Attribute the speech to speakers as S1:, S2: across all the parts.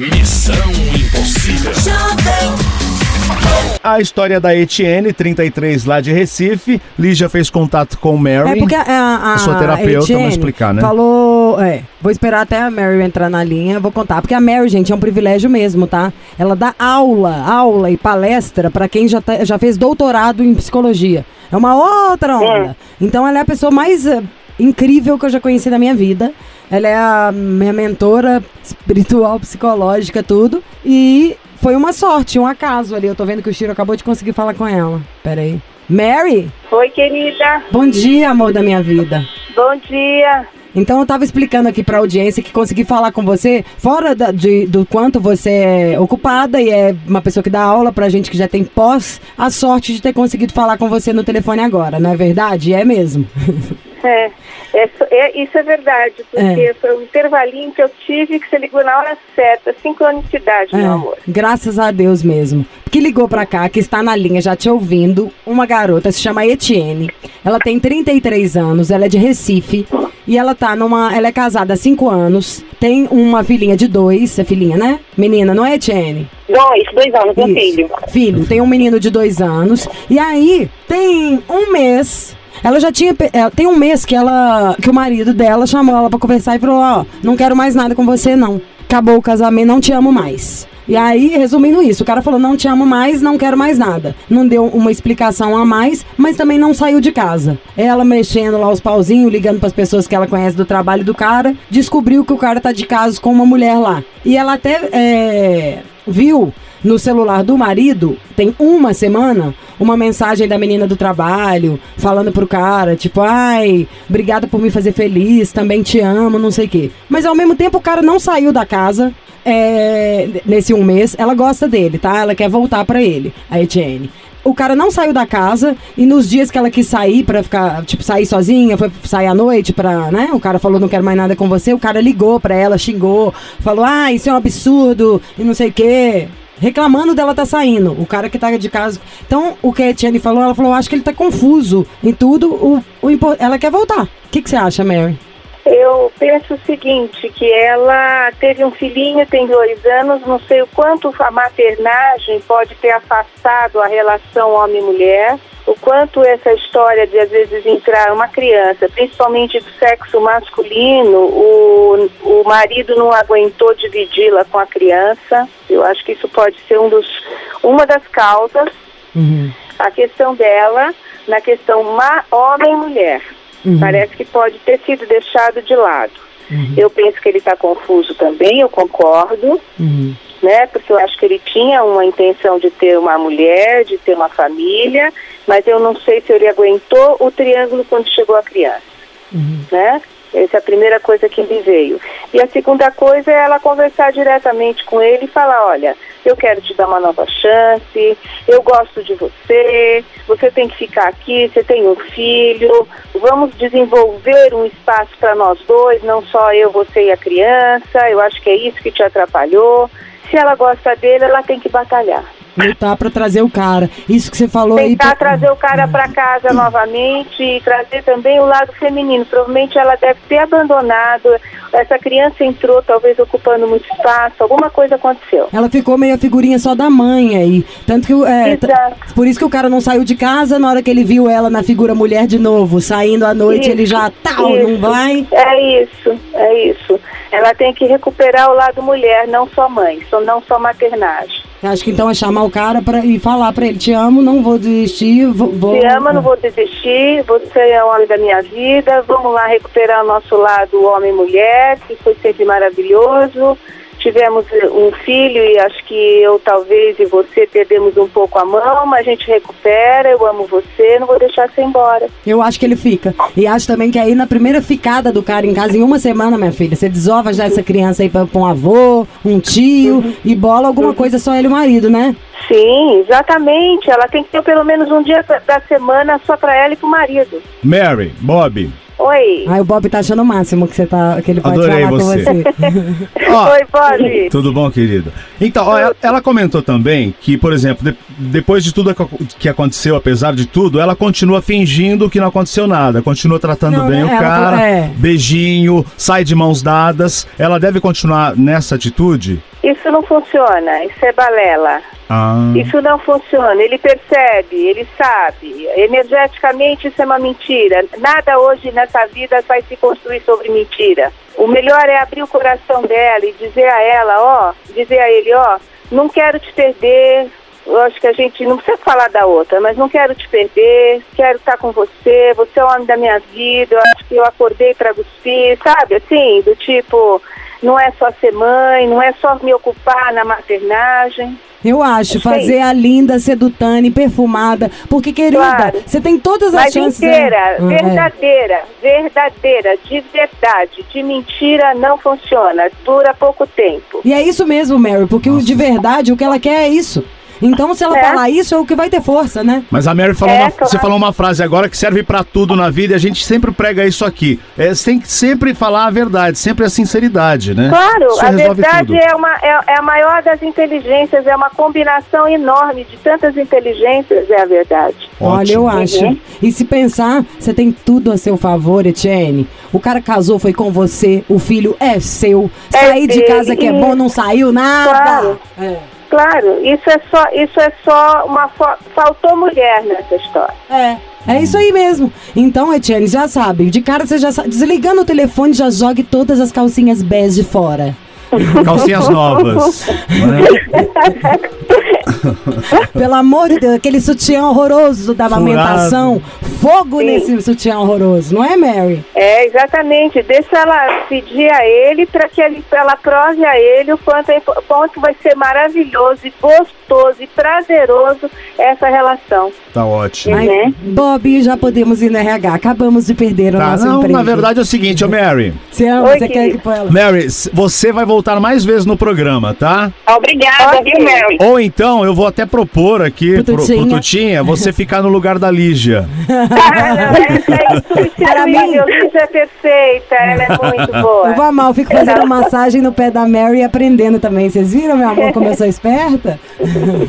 S1: Missão impossível.
S2: A história da Etienne, 33, lá de Recife. Lígia fez contato com Mary.
S3: É porque a, a,
S2: a sua terapeuta,
S3: Etienne
S2: vamos explicar, né?
S3: Falou. É, vou esperar até a Mary entrar na linha, vou contar. Porque a Mary, gente, é um privilégio mesmo, tá? Ela dá aula, aula e palestra pra quem já, tá- já fez doutorado em psicologia. É uma outra onda. Então ela é a pessoa mais eh, incrível que eu já conheci na minha vida. Ela é a minha mentora espiritual, psicológica, tudo. E foi uma sorte, um acaso ali. Eu tô vendo que o Chiro acabou de conseguir falar com ela. Peraí. Mary?
S4: Oi, querida.
S3: Bom dia, amor da minha vida.
S4: Bom dia.
S3: Então eu tava explicando aqui pra audiência que consegui falar com você, fora da- de- do quanto você é ocupada e é uma pessoa que dá aula pra gente que já tem pós, a sorte de ter conseguido falar com você no telefone agora, não é verdade? É mesmo.
S4: É, é, so- é- isso é verdade, porque
S3: É.
S4: foi um intervalinho que eu tive que você ligou na hora certa, cinco anos de idade,
S3: É,
S4: meu amor.
S3: Graças a Deus mesmo. Que ligou pra cá, que está na linha, já te ouvindo, uma garota, se chama Etienne. Ela tem 33 anos, ela é de Recife e ela tá numa. Ela é casada há 5 anos, tem uma filhinha de dois, é filhinha, né? Menina, não é Etienne?
S4: Dois, dois anos,
S3: Isso. Filho, tem um menino de dois anos. E aí, tem um mês. Ela já tinha. pe- é, Tem um mês que ela. que o marido dela chamou ela pra conversar e falou: Ó, não quero mais nada com você, não. Acabou o casamento, não te amo mais. E aí, resumindo isso, o cara falou: não te amo mais, não quero mais nada. Não deu uma explicação a mais, mas também não saiu de casa. Ela mexendo lá os pauzinhos, ligando pras pessoas que ela conhece do trabalho do cara, descobriu que o cara tá de caso com uma mulher lá. E ela até é, viu no celular do marido, tem uma semana, uma mensagem da menina do trabalho, falando pro cara, tipo, ai, obrigada por me fazer feliz, também te amo, não sei o quê. Mas ao mesmo tempo o cara não saiu da casa. é, nesse um mês, ela gosta dele, tá? Ela quer voltar pra ele, a Etienne. O cara não saiu da casa e nos dias que ela quis sair pra ficar, tipo, sair sozinha, foi sair à noite pra, né? O cara falou não quero mais nada com você, o cara ligou pra ela, xingou, falou: "Ah, isso é um absurdo" e não sei o quê. Reclamando dela tá saindo, o cara que tá de casa. Então, o que a Etienne falou, ela falou: acho que ele tá confuso em tudo. O, o impo- Ela quer voltar. O que, que você acha, Mary?
S4: Eu penso o seguinte, que ela teve um filhinho, tem dois anos, não sei o quanto a maternagem pode ter afastado a relação homem-mulher, o quanto essa história de às vezes entrar uma criança, principalmente do sexo masculino, o, o marido não aguentou dividi-la com a criança. Eu acho que isso pode ser um dos, uma das causas, a questão dela, na questão ma- homem-mulher. Parece que pode ter sido deixado de lado. Eu penso que ele está confuso também, eu concordo, né? Porque eu acho que ele tinha uma intenção de ter uma mulher, de ter uma família, mas eu não sei se ele aguentou o triângulo quando chegou a criança, né? Essa é a primeira coisa que me veio. E a segunda coisa é ela conversar diretamente com ele e falar, olha, eu quero te dar uma nova chance, eu gosto de você, você tem que ficar aqui, você tem um filho, vamos desenvolver um espaço para nós dois, não só eu, você e a criança, eu acho que é isso que te atrapalhou. Se ela gosta dele, ela tem que batalhar.
S3: Lutar pra trazer o cara. Isso que você falou aí.
S4: Tentar
S3: pra-
S4: trazer o cara para casa
S3: Hum.
S4: novamente e trazer também o lado feminino. Provavelmente ela deve ter abandonado, essa criança entrou talvez ocupando muito espaço, alguma coisa aconteceu.
S3: Ela ficou meio a figurinha só da mãe aí. Tanto que. É, t-
S4: Exato.
S3: por isso que o cara não saiu de casa na hora que ele viu ela na figura mulher de novo, saindo à noite,
S4: Isso,
S3: ele já tal, não
S4: isso.
S3: vai.
S4: É isso, é isso. Ela tem que recuperar o lado mulher, não só mãe, só, não só maternagem.
S3: Acho que então é chamar o cara pra, e falar pra ele: te amo, não vou desistir, vou. vou-
S4: Te amo, não vou desistir, você é o homem da minha vida, vamos lá recuperar o nosso lado homem e mulher, que foi sempre maravilhoso. Tivemos eh, um filho e acho que eu talvez e você perdemos um pouco a mão, mas a gente recupera, eu amo você, não vou deixar você embora.
S3: Eu acho que ele fica. E acho também que aí na primeira ficada do cara em casa, em uma semana, minha filha, você desova já essa criança aí pra, pra um avô, um tio, e bola alguma coisa só ele e o marido, né?
S4: Sim, exatamente. Ela tem que ter pelo menos um dia da- da semana só pra ela e pro marido.
S2: Mary, Bob.
S4: Oi.
S3: Aí o Bob tá achando o máximo que você tá. que ele vai
S2: Adorei
S3: falar com
S2: você.
S3: você.
S2: Ó,
S4: Oi, Bob.
S2: Tudo bom, querida? Então, ó, ela, ela comentou também que, por exemplo, de- depois de tudo que- que aconteceu, apesar de tudo, ela continua fingindo que não aconteceu nada, continua tratando
S3: Não,
S2: bem
S3: né?
S2: o
S3: Ela
S2: cara,
S3: falou- é.
S2: beijinho, sai de mãos dadas. Ela deve continuar nessa atitude?
S4: Isso não funciona, isso é balela.
S2: Ah,
S4: Isso não funciona. Ele percebe, ele sabe. Energeticamente, isso é uma mentira. Nada hoje nessa vida vai se construir sobre mentira. O melhor é abrir o coração dela e dizer a ela, ó, dizer a ele, ó, não quero te perder. Eu acho que a gente não precisa falar da outra, mas não quero te perder, quero estar com você, você é o homem da minha vida, eu acho que eu acordei para cuspir, sabe? Assim, do tipo, não é só ser mãe, não é só me ocupar na maternagem.
S3: Eu acho,
S4: É isso aí.
S3: fazer a linda, sedutane, perfumada. Porque, querida,
S4: Claro.
S3: você tem todas as
S4: Mas
S3: chances.
S4: inteira,
S3: né? Ah, é.
S4: verdadeira, verdadeira, de verdade, de mentira não funciona, dura pouco tempo.
S3: E é isso mesmo, Mary, porque o de verdade, o que ela quer é isso. Então, se ela
S4: É.
S3: falar isso, é o que vai ter força, né?
S2: Mas a Mary falou
S4: É,
S2: uma-
S4: claro.
S2: você falou uma frase agora que serve pra tudo na vida e a gente sempre prega isso aqui. É, você tem que sempre falar a verdade, sempre a sinceridade, né?
S4: Claro,
S2: isso
S4: a
S2: resolve
S4: verdade
S2: tudo.
S4: é, uma, é, é a maior das inteligências, é uma combinação enorme de tantas inteligências, é a verdade.
S3: Olha, eu
S2: Ótimo.
S3: acho.
S4: Uhum.
S3: E se pensar, você tem tudo a seu favor, Etienne. O cara casou, foi com você, o filho é seu.
S4: É
S3: Sair de
S4: seu,
S3: casa que é
S4: e-
S3: bom, não saiu nada.
S4: Claro.
S3: É.
S4: Claro, isso é só, isso é só uma fo- faltou mulher nessa história.
S3: É. É isso aí mesmo. Então, Etienne, já sabe. De cara, você já sabe. Desligando o telefone, já jogue todas as calcinhas bege fora.
S2: Calcinhas novas. né?
S3: Pelo amor de Deus, aquele sutiã horroroso da
S2: Furado.
S3: amamentação. Fogo
S4: Sim.
S3: nesse sutiã horroroso, não é, Mary?
S4: É, exatamente. Deixa ela pedir a ele para que ele, pra ela prove a ele o quanto, é, impo- quanto vai ser maravilhoso e gostoso e prazeroso essa relação.
S2: Tá ótimo.
S4: Ai, Né?
S3: Bob, já podemos ir no RH. Acabamos de perder o
S2: Tá,
S3: nosso
S2: não,
S3: emprego.
S2: na verdade é o seguinte, ô Mary.
S3: Você ama,
S4: Oi,
S3: você quer
S4: querido.
S3: ir pra ela.
S2: Mary, s- você vai voltar mais vezes no programa, tá?
S5: Obrigada,
S4: Ok.
S5: viu, Mary?
S2: Ou então eu vou até propor aqui
S3: Pro
S2: pro, pro
S3: Tutinha.
S2: Tutinha você ficar no lugar da Lígia.
S4: Ah, não, essa é
S3: Para mim-
S4: insubstituível, Lígia é perfeita, ela é muito
S3: Eu vou
S4: boa.
S3: amar, eu fico fazendo massagem no pé da Mary e aprendendo também. Vocês viram, meu amor, como eu sou esperta?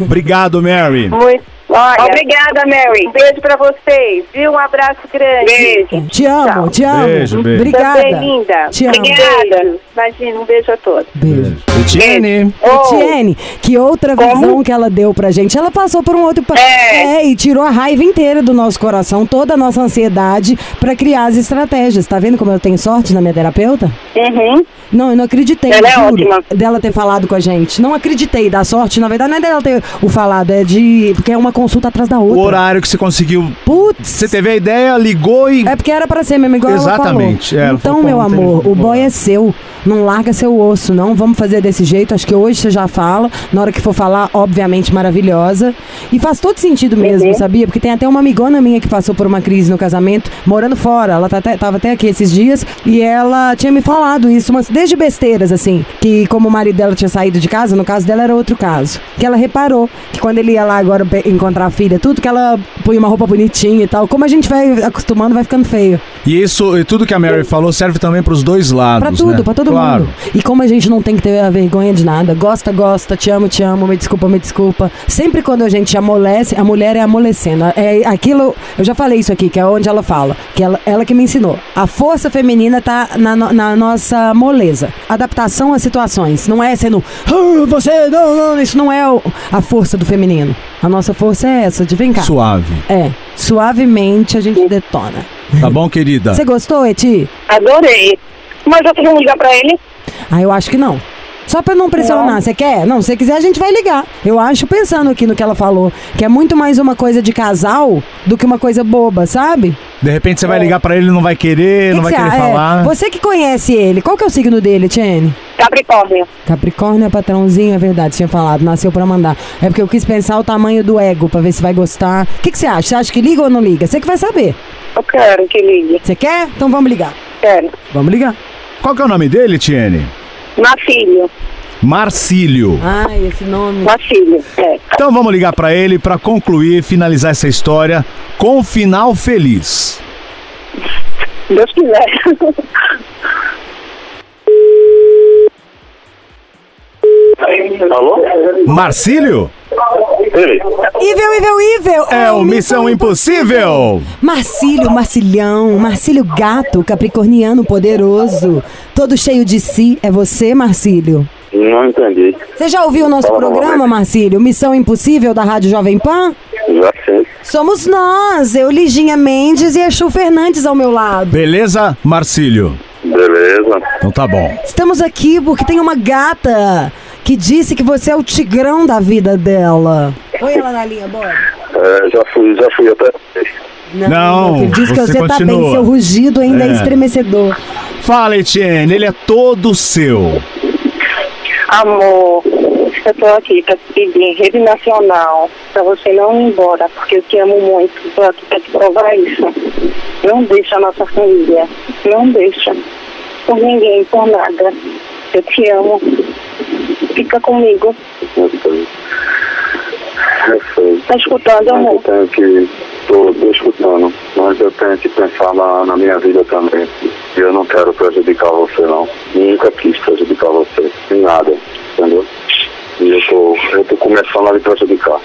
S2: Obrigado, Mary.
S4: Muito. Olha,
S5: Obrigada, Mary.
S4: um beijo para vocês, viu? Um abraço grande.
S5: Beijo.
S3: Te amo, te amo.
S2: Beijo, beijo.
S3: Obrigada.
S4: Também, linda. Um
S3: Te amo.
S5: Obrigada.
S4: Beijo. Imagina, um beijo a todos.
S3: Beijo.
S2: Tutinha. né?
S3: Etienne, que outra
S5: Como?
S3: visão que ela deu pra gente. Ela passou por um outro. pa-
S5: É.
S3: e tirou a raiva inteira do nosso coração, toda a nossa ansiedade pra criar as estratégias. Tá vendo como eu tenho sorte na minha terapeuta?
S5: Uhum.
S3: Não, eu não acreditei.
S5: Ela é
S3: juro,
S5: ótima.
S3: Dela ter falado com a gente. Não acreditei da sorte. Na verdade, não é dela ter o falado, é de. Porque é uma consulta atrás da
S2: O
S3: outra.
S2: horário que você conseguiu.
S3: Putz.
S2: Você teve a ideia, ligou e.
S3: É porque era pra ser mesmo, igual
S2: Exatamente, é,
S3: ela
S2: ela
S3: falou. então,
S2: falou,
S3: meu
S2: pô, não tem
S3: amor,
S2: jeito,
S3: o boy
S2: não.
S3: é seu. Não larga seu osso, não. Vamos fazer desse jeito. Acho que hoje você já fala. Na hora que for falar, obviamente, maravilhosa. E faz todo sentido mesmo, sabia? Porque tem até uma amigona minha que passou por uma crise no casamento, morando fora. Ela tá até, tava até aqui esses dias. E ela tinha me falado isso, mas desde besteiras, assim. Que como o marido dela tinha saído de casa, no caso dela era outro caso. Que ela reparou que quando ele ia lá agora pe- encontrar a filha, tudo, que ela põe uma roupa bonitinha e tal. Como a gente vai acostumando, vai ficando feio.
S2: E isso, e tudo que a Mary falou serve também pros dois lados.
S3: Pra tudo,
S2: né?
S3: pra todo
S2: claro.
S3: mundo. E como a gente não tem que ter a vergonha de nada, gosta, gosta, te amo, te amo, me desculpa, me desculpa. Sempre quando a gente amolece, a mulher é amolecendo. É aquilo, eu já falei isso aqui, que é onde ela fala, que ela, ela que me ensinou. A força feminina tá na, no- na nossa moleza. Adaptação às situações. Não é sendo, "Ah, você, não, não, isso não é o- a força do feminino. A nossa força é essa, de vem cá.
S2: Suave.
S3: é, suavemente a gente detona.
S2: Tá bom, querida?
S3: Você gostou, Eti?
S5: Adorei. Mas eu tenho que ligar pra ele.
S3: Ah, eu acho que não. Só pra não pressionar, você quer? Não, se você quiser a gente vai ligar. Eu acho, pensando aqui no que ela falou, que é muito mais uma coisa de casal do que uma coisa boba, sabe?
S2: De repente você vai ligar pra ele, não vai querer,
S3: Que
S2: não
S3: que
S2: vai
S3: você
S2: querer
S3: a- é,
S2: falar.
S3: você que conhece ele, qual que é o signo dele, Tiene?
S5: Capricórnio.
S3: Capricórnio é patrãozinho, é verdade, tinha falado, nasceu pra mandar. É porque eu quis pensar o tamanho do ego, pra ver se vai gostar. O que, que você acha? Você acha que liga ou não liga? Você que vai saber.
S5: Eu quero que ligue.
S3: Você quer? Então vamos ligar.
S5: Quero.
S3: Vamos ligar.
S2: Qual que é o nome dele, Tiene?
S5: Marcílio.
S2: Marcílio.
S3: Ai, esse nome.
S5: Marcílio. É.
S2: Então vamos ligar pra ele pra concluir, finalizar essa história com um final feliz.
S5: Deus quiser.
S6: Alô?
S2: Marcílio?
S6: Ele?
S3: Ivel, Ivel, Ivel!
S2: É o Missão Impossível!
S3: Marcílio, Marcilhão, Marcílio Gato, capricorniano poderoso, todo cheio de si, é você, Marcílio?
S6: Não entendi.
S3: Você já ouviu o nosso
S6: Fala
S3: programa,
S6: novamente.
S3: Marcílio? Missão Impossível da Rádio Jovem Pan?
S6: Já sei.
S3: Somos nós, eu, Liginha Mendes e Exu Fernandes ao meu lado.
S2: Beleza, Marcílio?
S6: Beleza.
S2: Então tá bom.
S3: Estamos aqui porque tem uma gata que disse que você é o tigrão da vida dela. Põe ela na linha, bora.
S6: É, já fui, já fui até.
S2: Não,
S3: meu filho, diz que
S2: você
S3: você tá bem,
S2: continua.
S3: seu rugido ainda é,
S2: É.
S3: estremecedor.
S2: Fala, Etienne, ele é todo seu.
S4: Amor, eu tô aqui pra te pedir em rede nacional pra você não ir embora, porque eu te amo muito. Tô aqui pra te provar isso. Não deixa a nossa família. Não deixa. Por ninguém, por nada. Eu te amo. Fica comigo.
S6: Eu sei. Eu sei.
S4: Tá escutando,
S6: Mas eu
S4: amor?
S6: tenho que. Tô, tô escutando, mas eu tenho que pensar na, na minha vida também. E eu não quero prejudicar você, não. Nunca quis prejudicar você, em nada, entendeu? E eu tô, eu tô começando a me prejudicar.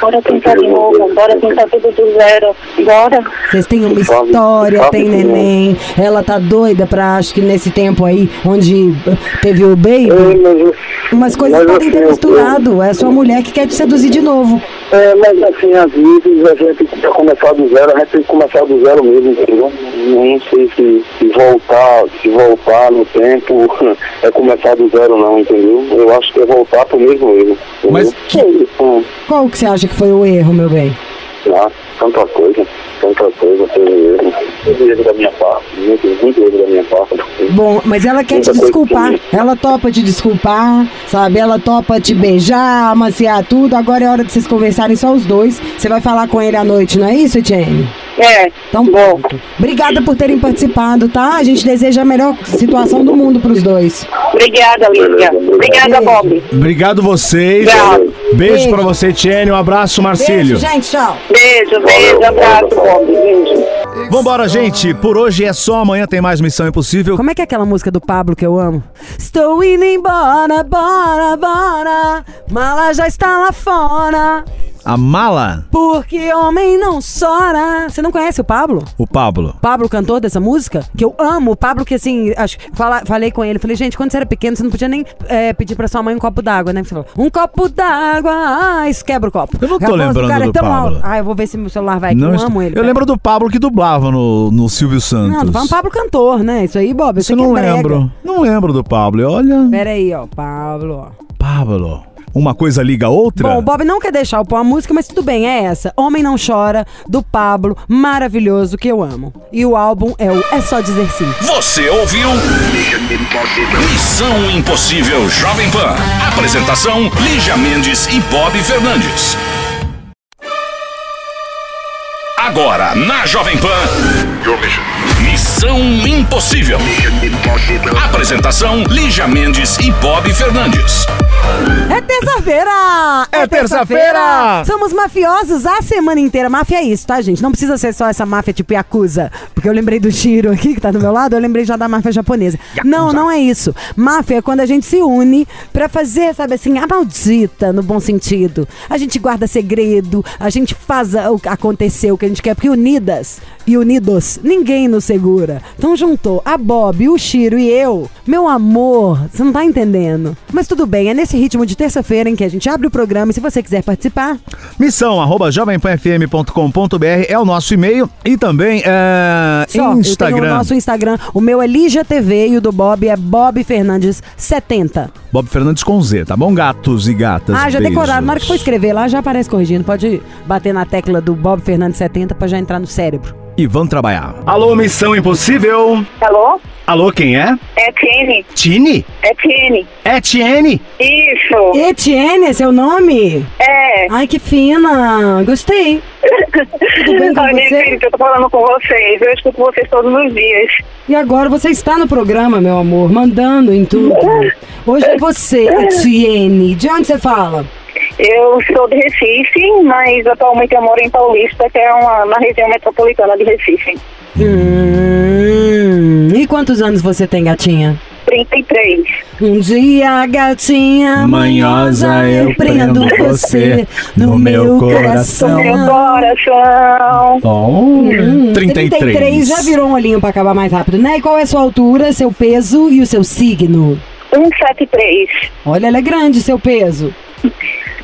S4: Bora tentar de novo. Bora tentar tudo do zero. Bora.
S3: Vocês têm uma
S6: Sabe-
S3: história,
S6: sabe
S3: tem
S6: que não.
S3: neném. Ela tá doida pra, acho que nesse tempo aí, onde eh, teve o baby,
S6: É, mas eu-
S3: umas coisas
S6: mas
S3: podem ter
S6: assim, eu-
S3: misturado. É sua mulher que quer te seduzir de novo.
S6: É, mas assim, às vezes a gente, pra começar do zero, a gente tem que começar do zero mesmo, entendeu? Não sei se, se voltar, se voltar no tempo é começar do zero não, entendeu? Eu acho que é voltar pro mesmo erro. entendeu?
S2: Mas que-
S6: Hum,
S3: Qual que você acha que foi o erro, meu bem?
S6: ah, tanta coisa, tanta coisa, teve erro. Muito erro da minha parte, muito, muito erro da minha parte.
S3: Bom, mas ela quer te
S6: Muita coisa
S3: desculpar.
S6: que-
S3: Ela topa te desculpar, sabe? Ela topa te beijar, maciar tudo. Agora é hora de vocês conversarem só os dois. Você vai falar com ele à noite, não é isso, Etienne?
S4: É.
S3: Então,
S4: Bom.
S3: pronto. Obrigada por terem participado, tá? A gente deseja a melhor situação do mundo pros dois.
S4: Obrigada, Lívia.
S6: Beleza, obrigado.
S4: Obrigada, Bob.
S2: Obrigado vocês.
S4: Obrigado.
S2: Beijo
S3: Beijo.
S2: pra você, Etienne. Um abraço, Marcílio.
S3: Beijo, gente. Tchau.
S4: Beijo, beijo. Abraço, Bob. Beijo.
S2: Vambora, gente. Por hoje é só. Amanhã tem mais Missão Impossível.
S3: Como é que é aquela música do Pablo que eu amo? Estou indo embora, bora, bora. Mala já está lá fora.
S2: A mala,
S3: Porque homem não chora. Você não conhece o Pablo?
S2: o Pablo.
S3: Pablo, cantor dessa música, que eu amo. O Pablo, que assim, acho, fala- falei com ele, falei, gente, quando você era pequeno, você não podia nem é, pedir pra sua mãe um copo d'água, né? Você falou, um copo d'água, ah, isso quebra o copo.
S2: Eu não tô
S3: A voz
S2: lembrando
S3: cara é
S2: do
S3: tão
S2: Pablo.
S3: alta. Ah, eu vou ver se meu celular vai aqui.
S2: Não
S3: eu
S2: estou-
S3: amo ele.
S2: Eu
S3: peraí.
S2: lembro do Pablo que dublava no, no Silvio Santos.
S3: Não, tô falando Pablo cantor, né? Isso aí, Bob.
S2: Isso
S3: Isso
S2: eu
S3: aqui
S2: não
S3: é brega.
S2: lembro. Não lembro do Pablo. Olha,
S3: Pera aí, ó, Pablo, ó.
S2: Pablo. Uma coisa liga a outra.
S3: Bom, o Bob não quer deixar eu pôr a música, mas tudo bem, é essa. Homem Não Chora, do Pablo, maravilhoso, que eu amo. E o álbum é o É Só Dizer Sim.
S1: Você ouviu? Missão Impossível Jovem Pan. Apresentação: Lígia Mendes e Bob Fernandes. Agora, na Jovem Pan. Missão Impossível. Apresentação: Lígia Mendes e Bob Fernandes.
S3: É terça-feira!
S2: É terça-feira!
S3: Somos mafiosos a semana inteira. Máfia é isso, tá, gente? Não precisa ser só essa máfia tipo Yakuza. Porque eu lembrei do Shiro aqui, que tá do meu lado, eu lembrei já da máfia japonesa. Não, não é isso. Máfia é quando a gente se une pra fazer, sabe assim, a maldita, no bom sentido. A gente guarda segredo, a gente faz a- o- acontecer o que a gente quer, porque unidas e unidos, ninguém nos segura. Então juntou a Bob, o Shiro e eu. Meu amor, você não tá entendendo. Mas tudo bem, é nesse ritmo de terça-feira em que a gente abre o programa e se você quiser participar,
S2: Missão arroba jovempanfm.com.br é o nosso e-mail e também é,
S3: só, Eu tenho o
S2: Instagram.
S3: nosso Instagram, o meu é Lígia TV e o do Bob é Bob Fernandes 70.
S2: Bob Fernandes com Z, tá bom, gatos e gatas?
S3: ah, já
S2: Beijos.
S3: decoraram. Na hora que for escrever lá, já aparece corrigindo. Pode bater na tecla do Bob Fernandes 70 pra já entrar no cérebro.
S2: E vamos trabalhar. Alô, Missão Impossível.
S4: Alô?
S2: Alô, quem é?
S4: É Tini.
S2: Tini?
S4: É Tini.
S2: Etienne?
S4: Isso.
S3: Etienne, é seu nome?
S4: É.
S3: Ai, que fina! Gostei. Ah, Tudo bem com
S4: Olha,
S3: você?
S4: querido, eu tô falando com vocês. Eu escuto vocês todos os dias.
S3: E agora você está no programa, meu amor, mandando em tudo. Hoje é você, Etienne. De onde você fala?
S4: Eu sou de Recife, mas atualmente eu moro em Paulista, que é uma, na região metropolitana de Recife.
S3: Hum, e quantos anos você tem, gatinha?
S4: 33.
S3: Um dia, gatinha
S2: Manhosa, eu prendo você no meu
S3: Ah.
S2: coração.
S4: Meu coração.
S2: Oh,
S3: Hum, 33 já virou um olhinho pra acabar mais rápido, né? E qual é a sua altura, seu peso e o seu signo?
S4: 173.
S3: Olha, ela é grande, seu peso.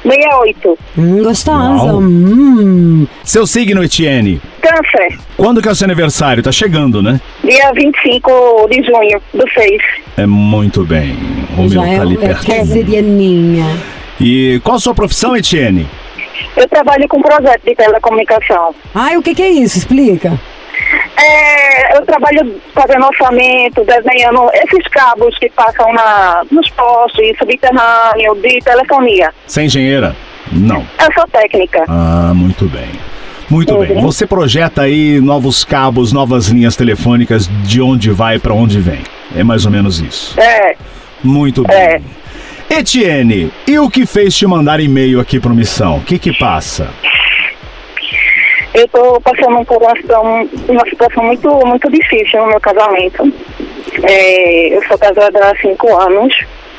S4: 68.
S3: Hum, gostosa.
S2: Uau.
S3: Hum.
S2: Seu signo, Etienne.
S4: Câncer.
S2: Quando que é o seu aniversário? Tá chegando, né?
S4: Dia 25 de junho do 6.
S2: É muito bem. O meu
S3: Já é
S2: tá ali
S3: é
S2: perto.
S3: cancerianinha.
S2: E qual a sua profissão, Etienne?
S4: Eu trabalho com projeto de telecomunicação.
S3: Ai, o que, que é isso? Explica.
S4: É, eu trabalho fazendo orçamento, desenhando esses cabos que passam na, nos postes, subterrâneo, de telefonia.
S2: Você é engenheira? Não.
S4: Eu sou técnica.
S2: Ah, muito bem. Muito bem. Você projeta aí novos cabos, novas linhas telefônicas, de onde vai pra onde vem. É mais ou menos isso.
S4: É,
S2: Muito bem.
S4: É.
S2: Etienne, e o que fez te mandar e-mail aqui pro Missão? O que que passa?
S4: eu estou passando por uma situação, uma situação muito, muito difícil no meu casamento. É, eu sou casada há cinco anos.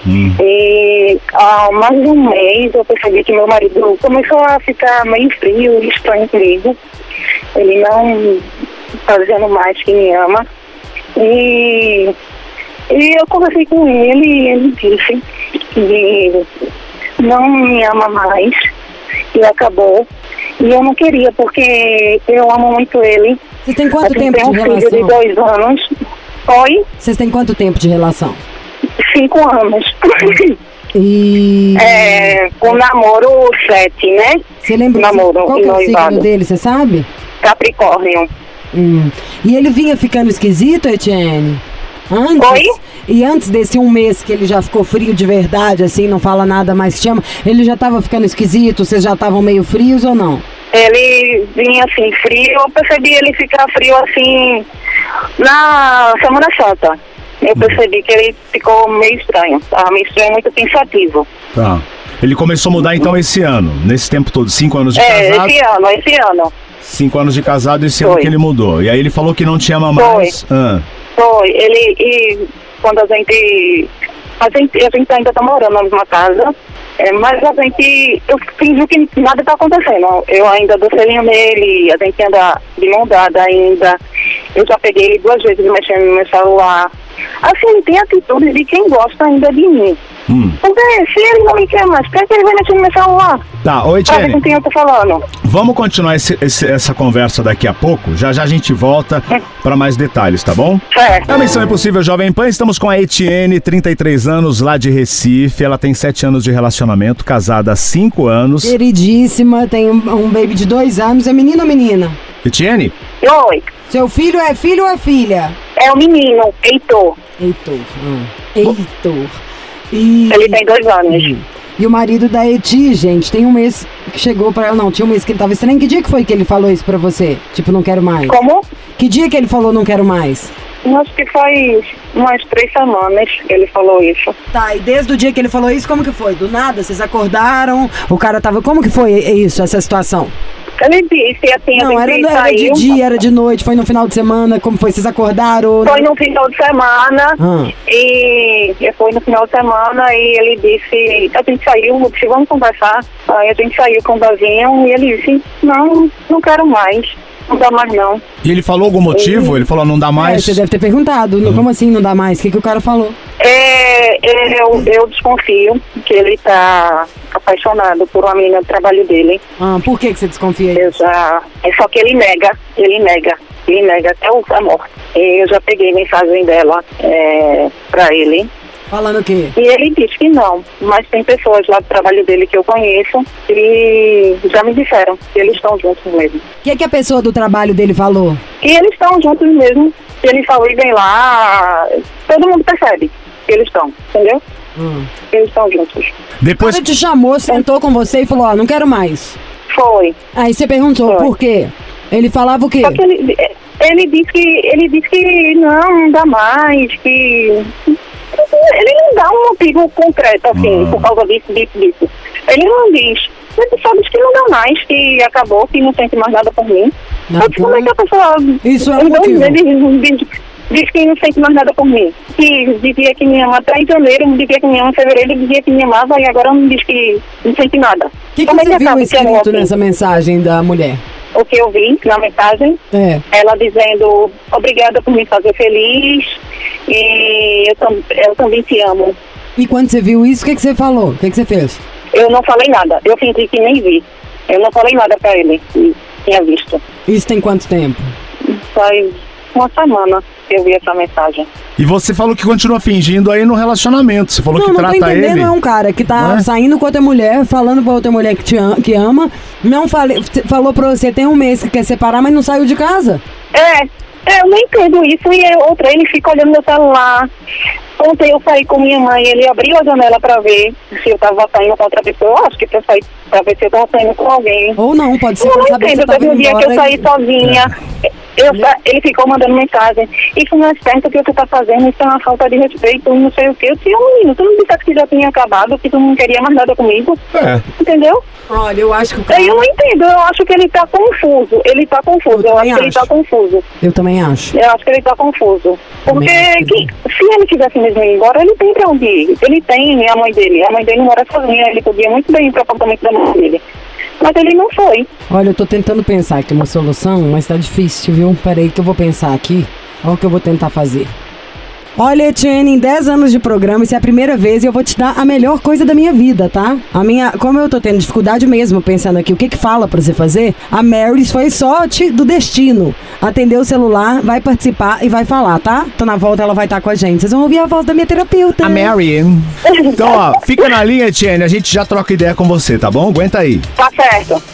S2: Hum,
S4: E há mais de um mês eu percebi que meu marido começou a ficar meio frio e estranho comigo. Ele não está dizendo mais que me ama. E, e eu conversei com ele e ele disse que não me ama mais e acabou. E eu não queria, porque eu amo muito ele.
S3: Você tem
S4: A
S3: quanto
S4: gente
S3: tempo
S4: tem um
S3: de
S4: filho de
S3: relação?
S4: dois anos. Oi,
S3: Vocês têm quanto tempo de relação?
S4: cinco anos.
S3: E
S4: É, o namoro 7, né?
S3: você lembra
S4: namoro um
S3: qual que é o signo
S4: noivado.
S3: dele, você sabe?
S4: Capricórnio.
S3: Hum. E ele vinha ficando esquisito, Etienne? Antes?
S4: Oi?
S3: E antes desse um mês que ele já ficou frio de verdade, assim, não fala nada mais te ama, ele já tava ficando esquisito, vocês já estavam meio frios ou não?
S4: Ele vinha assim frio, eu percebi ele ficar frio assim na Semana Santa. Eu percebi que ele ficou meio estranho, tava meio estranho, muito pensativo.
S2: tá. Ele começou a mudar então esse ano, nesse tempo todo, cinco anos de
S4: Hum. É,
S2: casado.
S4: esse ano, esse ano.
S2: Cinco anos de casado, esse ano
S4: Foi.
S2: que ele mudou. E aí ele falou que não te ama
S4: Foi.
S2: mais. Ah,
S4: Foi, ele e quando a gente. A gente, a gente ainda tá morando na mesma casa, é, mas a gente. Eu finjo que nada tá acontecendo. Eu ainda dou selinho nele, a gente anda de mão dada ainda. Eu já peguei ele duas vezes mexendo no meu celular. Assim, tem atitude de quem gosta ainda de mim.
S2: hum.
S4: Porque se ele não me quer mais, por que que ele vai mexer no meu celular?
S2: Tá, ô
S4: Pra ver com
S2: Etienne,
S4: quem eu tô falando.
S2: vamos continuar esse- esse- essa conversa daqui a pouco. Já já a gente volta
S4: É.
S2: pra mais detalhes, tá bom?
S4: Certo.
S2: A Missão Impossível Jovem Pan, estamos com a Etienne, 33 anos, lá de Recife. Ela tem 7 anos de relacionamento, casada há 5 anos.
S3: Queridíssima, tem um, um baby de dois anos, é menino ou menina?
S2: Etienne,
S4: Oi,
S3: Seu filho é filho ou é filha?
S4: é o menino, Heitor.
S3: Heitor. hum. Heitor. E...
S4: Ele tem dois anos.
S3: E o marido da Eti, gente, tem um mês que chegou pra ela. Não, tinha um mês que ele tava estranho. Que dia que foi que ele falou isso pra você? Tipo, não quero mais.
S4: Como?
S3: Que dia que ele falou não quero mais?
S4: Eu Acho que faz umas três semanas que ele falou isso.
S3: Tá, e desde o dia que ele falou isso, como que foi? Do nada, vocês acordaram, o cara tava. Como que foi é isso, essa situação?
S4: Ele disse assim,
S3: não,
S4: a
S3: era,
S4: gente
S3: era de
S4: saiu,
S3: dia, né? era de noite, foi no final de semana, como foi? Vocês acordaram?
S4: foi no final de semana
S3: Ah.
S4: e eu fui no final de semana e ele disse, a gente saiu, eu disse, vamos conversar. Aí a gente saiu com o Davinho e ele disse, não, não quero mais, não dá mais não.
S2: e ele falou algum motivo? Ele falou "Ah, não dá
S3: É,
S2: mais?
S3: você deve ter perguntado, não- como assim não dá mais? O que, que o cara falou?
S4: É, eu, eu desconfio que ele tá apaixonado por uma menina do trabalho dele.
S3: Ah, por que, que você desconfia?
S4: Eu já. É só que ele nega, ele nega, ele nega até o amor. Eu já peguei mensagem dela é, pra ele.
S3: Falando o quê?
S4: E ele disse que não, mas tem pessoas lá do trabalho dele que eu conheço e já me disseram que eles estão juntos mesmo.
S3: O que, que a pessoa do trabalho dele falou?
S4: E eles estão juntos mesmo. Se eles saírem lá, todo mundo percebe que eles estão, entendeu?
S3: Hum.
S4: Eles estão juntos.
S3: O
S2: Depois
S3: cara te chamou, sentou com você e falou, ó, não quero mais.
S4: Foi.
S3: Aí você perguntou
S4: Foi.
S3: por quê? Ele falava o quê?
S4: Só que ele, ele disse que ele disse que não, não dá mais, que ele não dá um motivo concreto assim,
S3: Hum.
S2: Ah.
S4: por causa disso, disso, disso. Ele não diz. Ele só diz que não dá mais, que acabou, que não sente mais nada por mim.
S3: Não,
S4: Mas como é que a pessoa
S3: Isso é um
S4: então,
S3: motivo.
S4: ele diz, diz que não sente mais nada por mim. Que dizia que me ama até em janeiro, dizia que me ama em fevereiro, dizia que me amava e agora não diz que não sente nada.
S3: O que, que
S4: como é
S3: você
S4: que
S3: viu
S4: acaba que é
S3: escrito
S4: assim?
S3: nessa mensagem da mulher?
S4: O que eu vi na mensagem
S3: É.
S4: ela dizendo obrigada por me fazer feliz e eu, tam- eu também te amo.
S3: E quando você viu isso, o que, que você falou? O que, que você fez?
S4: Eu não falei nada. Eu fingi que nem vi. Eu não falei nada pra ele que tinha visto.
S3: Isso tem quanto tempo?
S4: Faz uma semana que eu vi essa mensagem.
S2: E você falou que continua fingindo aí no relacionamento. Você falou
S3: não,
S2: que
S3: não
S2: trata
S3: tô entendendo,
S2: ele.
S3: é um cara que tá
S2: Não é?
S3: saindo com outra mulher, falando pra outra mulher que, te am- que ama, não fale, f- falou pra você tem um mês que quer separar, mas não saiu de casa.
S4: É, é, eu não entendo isso. E eu- outra, ele fica olhando meu celular. Ontem eu saí com minha mãe, ele abriu a janela pra ver se eu tava saindo com outra pessoa. Eu Acho que pra, sair, pra ver se eu tava saindo com alguém.
S3: Ou não, pode ser
S4: eu
S3: pra
S4: não
S3: saber se
S4: entendo.
S3: você tava
S4: Teve um
S3: indo
S4: dia que eu
S3: embora É.
S4: saí
S3: e-
S4: sozinha. Eu sa- ele ficou mandando mensagem. Isso não é certo o que tu tá fazendo, isso é uma falta de respeito, não sei o que. Eu tinha um menino, tu não dissesse que já tinha acabado, que tu não queria mais nada comigo.
S2: É.
S4: Entendeu?
S3: Olha, eu acho que o cara...
S4: Aí eu não entendo, eu acho que ele tá confuso. Ele tá confuso,
S3: Eu
S4: eu acho
S3: também
S4: que ele tá
S3: acho.
S4: confuso.
S3: Eu também acho.
S4: Eu acho que ele tá confuso. Porque
S3: Também acho que
S4: que- se ele tivesse mesmo ido embora, ele tem pra onde ir. Ele tem né, a mãe dele. A mãe dele mora sozinha. Ele podia muito bem ir pro apartamento da mãe dele. Mas ele não foi.
S3: Olha, eu tô tentando pensar aqui uma solução, mas tá difícil, viu? Peraí que eu vou pensar aqui. Olha o que eu vou tentar fazer. Olha, Etienne, em 10 anos de programa, isso é a primeira vez e eu vou te dar a melhor coisa da minha vida, tá? A minha, como eu tô tendo dificuldade mesmo pensando aqui, o que que fala pra você fazer? A Marys foi sorte do destino. Atender o celular, vai participar e vai falar, tá? Então na volta ela vai estar com a gente. Vocês vão ouvir a voz da minha terapeuta.
S2: A Mary.
S3: Então,
S2: Então, ó, fica na linha, Etienne. A gente já troca ideia com você, tá bom? Aguenta aí.
S4: Tá certo.